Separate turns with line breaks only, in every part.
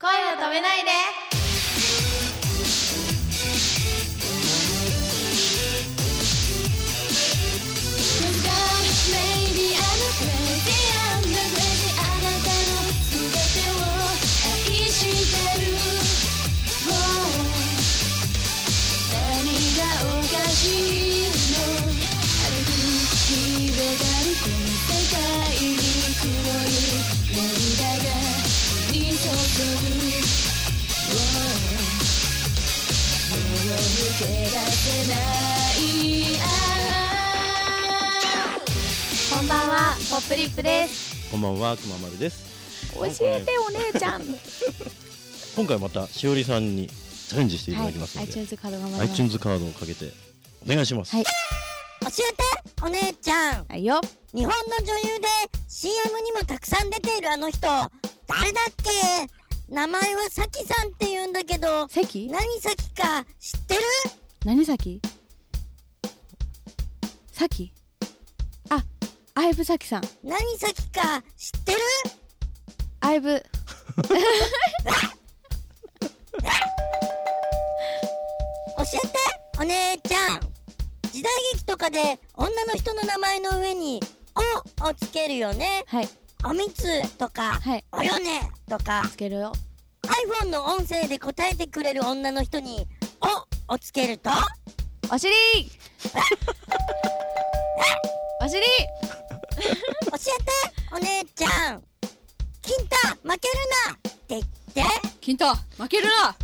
声を止めないでこんばんはポップリップです
こんばんは、くままるです。
教えてお姉ちゃん
今回またしおりさんにチャレンジしていただきますので、
iTunes カード頑張ります
iTunes カードをかけてお願いします。
はい
教えてお姉ちゃん
はいよ
日本の女優で CM にもたくさん出ているあの人誰だっけ名前はさきさんって言うんだけど
関
何さきか知ってる
何先先あ相武咲さん
何さきか知ってる
相武
教えてお姉ちゃん時代劇とかで女の人の名前の上に「お」をつけるよね
はい
おみつとか、
はい
およねとか
つけるよ
iPhone の音声で答えてくれる女の人に「お」をつけると
お尻お尻
教えてお姉ちゃん金太負けるなって言って
金太負けるな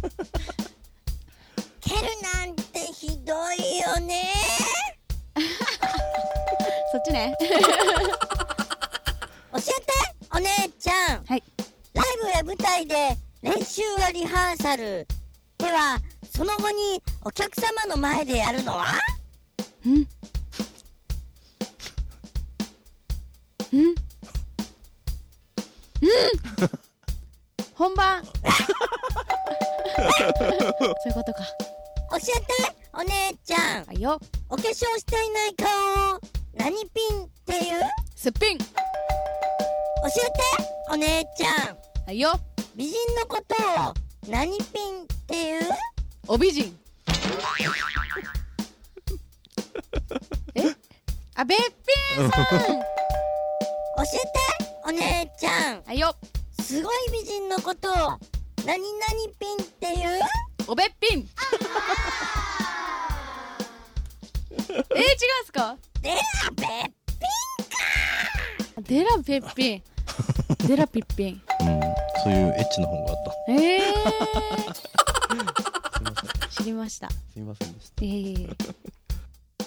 蹴るなんてひどいよね
そっちね
教えてお姉ちゃん
はい
ライブや舞台で練習はリハーサルではその後にお客様の前でやるのは
うんうんうん本番そういうことか
教えてお姉ちゃん
はいよ
お化粧していない顔を何ピンっていう
すっぴん
教えてお姉ちゃん
はいよ
美人のことを何ピンっていう
お美人えあべっぴんさん
教えてお姉ちゃん
はいよ
すごい美人のことを何々ピンっていう
おべっぴんえー、違うんすか
であべ
デラべっぴんデラぴっぴん
うん、そういうエッチな本があった。
ええー、知りました
すみませんでし
いえいえい
教え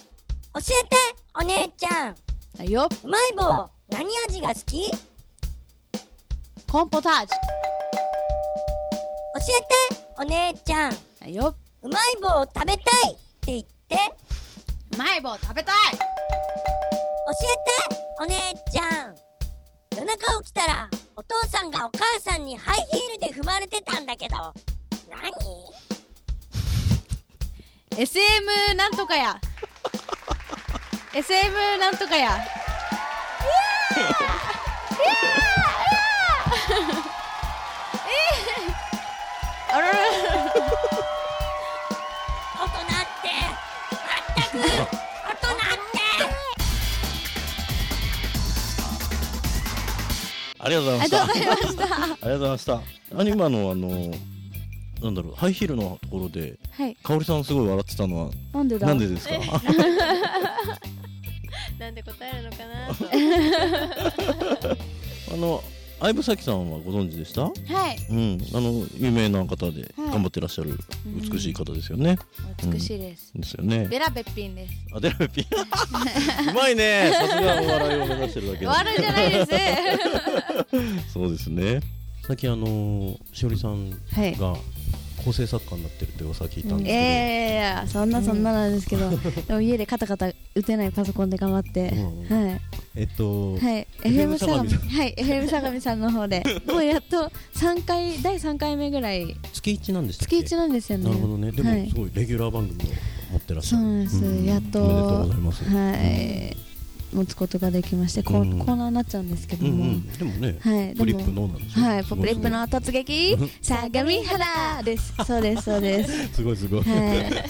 てお姉ちゃん
えはいよ
うまい棒何味が好き教
コンポタージ
えてお姉ちゃん
ュはいよ
うまい棒を食べたいって言って教えて
うまい棒食べたい
お姉ちゃん夜中起きたらお父さんがお母さんにハイヒールで踏まれてたんだけど何
SM なんとかや SM なんとかや あらら
大人ってまったく大人って
た。ありがとうござい
あ
ま
り
し
が
た。
とうございましたは
ありがとうございました。あの今のあのなんだろうハイヒールのところで
い
香織さんすごい笑ってたのは
なんでだ
なんでですか。
なんで答えるのかなと
あの相武咲さんはご存知でした？
はい
うん、あの有名な方
は
で
い
頑張ってらっしゃる美しい方ですよね。
美しいです、
ですよね。
ベラべっぴんです
あデラピー。 うまいね。さすがお笑いを目指してるだ
終
けで
わるんじゃないです
そうですね。さっきあのー、しおりさん
はい。
が構成作家になってるって噂聞いたんですけど、
ええそんなそんななんですけ ど、でも家でカタカタ打てないパソコンで頑張って、
うん
はい
えっと、
はい、
FM
FM 相模はい FM 相模さんの方 で、もうやっと三回第三回目ぐらい
月一なんでしたっ
月
け？
一なんですよね。
なるほどね。で
は
も
い
すごいレギュラー番組を持ってらっし
そ
ゃ
う
る。
なんです、やっと
おめでとうございます。
はい持つことができましてコ,、
うん
コーナーになっちゃうんですけど
うんう
も、
んでもね
はい
プ
で
リップ
も
のなんでしょ
はいポップリップの突撃
うん
相模原ですそうですそう です
すごいすごい
は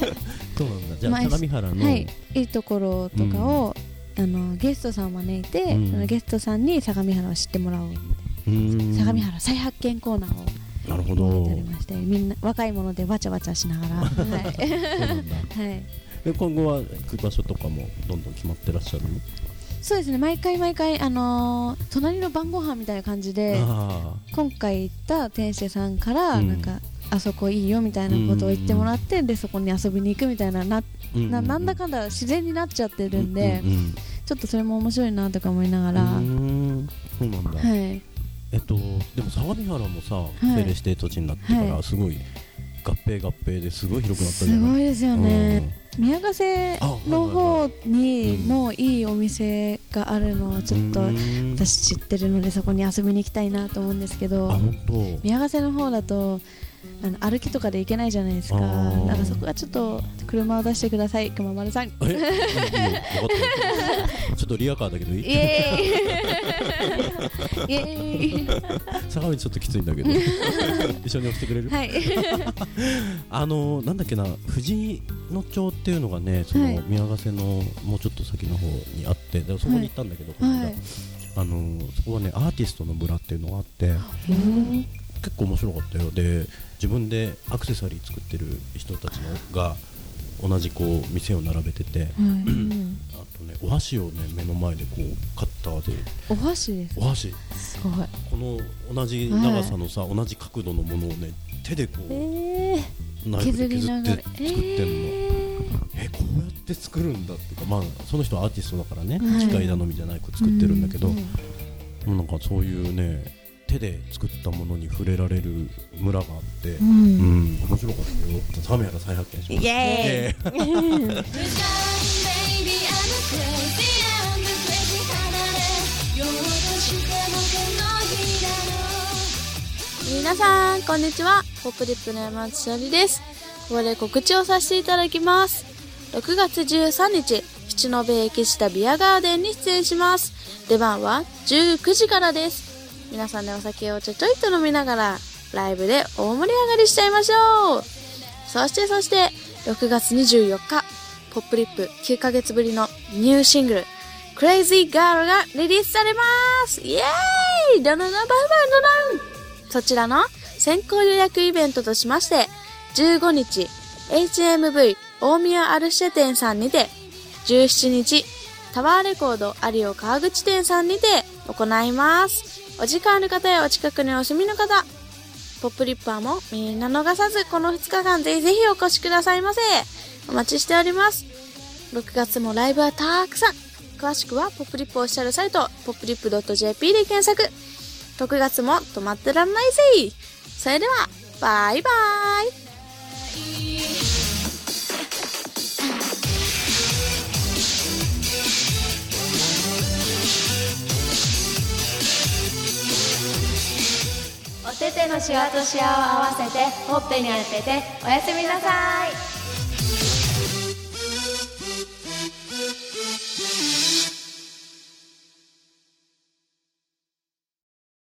そうなんだじゃあ
まあ
相模原
い、
の
はい、いいところとかを、あのゲストさんを招いて、
うん
そのゲストさんに相模原を知ってもらおう、
うーん
相模原再発見コーナーを
なるほど
設けておりましてみんな若いものでわちゃわちゃしなが らはい、
そうなんだ
はい、
で今後は行く場所とかもどんどん決まってらっしゃるの
そうですね毎回毎回あのー隣の晩ご飯みたいな感じで
あ
今回行った店主さんか
う
ら
ん
なんか、あそこいいよみたいなことを言ってもらって、でそこに遊びに行くみたいなな
あ
ななんだかんだ自然になっちゃってるんで、
うんうんうん
ちょっとそれも面白いなとか思いながら、
うーんそうなんだ、
はい
えっとでも相模原もさ、
い
政令指定土地になってから、
はい
すごい合併合併ですごい広くなったじゃ
す
な
ご
い
いですよね、宮ヶ瀬の方にもいいお店があるのはちょっと
私
私知ってるのでそこに遊びに行きたいなと思うんですけ
あ
ど
本当
宮ヶ瀬の方だとあの歩きとかで行けないじゃないですか
あー
だからそこはちょっと車を出してください熊丸 さん
えいいよ分かったちょっとリアカーだけど
イ
いい
エーイイエー
相模ちょっときついん だけど一緒に押してくれる、
イはい
あのなんだっけな藤野町っていうのがねその、
はい
宮ヶ瀬のもうちょっと先の方にあってだからそこに行ったんだけど、この間
はい
あのそこはねアーティストの村っていうのがあって結構面白かったよで自分でアクセサリー作ってる人たちのが同じこう店を並べててあとねお箸をね目の前でこうカッターで
お箸です
お箸
すごい
この同じ長さのさ、同じ角度のものをね手でこう、
え
ナイフ
削り
で削
な
って
がら
作ってんの、えこうやって作るんだっていうかまあその人はアーティストだからね、
はい
機械頼みじゃなく作ってるんだけど、もうなんかそういうね手で作ったものに触れられる村があって、うん面白かったよサメラ再発見しました
エーイ
ええ
皆さんこんにちはポップリップの山内しおりですここで告知をさせていただきます6月13日七戸駅下ビアガーデンに出演します出番は19時からです皆さんでお酒をちょちょいと飲みながらライブで大盛り上がりしちゃいましょうそしてそして6月24日ポップリップ9ヶ月ぶりのニューシングル Crazy Girl がリリースされますイエーイドナドナバンバンドナンそちらの先行予約イベントとしまして、15日、HMV 大宮アルシェ店さんにて、17日、タワーレコード有オ川口店さんにて行います。お時間ある方やお近くにお住みの方、ポップリッパーもみんな逃さず、この2日間ぜひぜひお越しくださいませ。お待ちしております。6月もライブはたくさん。詳しくはポップリップオフィシャルサイト、ポップリップ .jp で検索。6月も止まってらんないぜそれではバイバイ
お手手のシワとシワを合わせてほっぺに当てておやすみなさい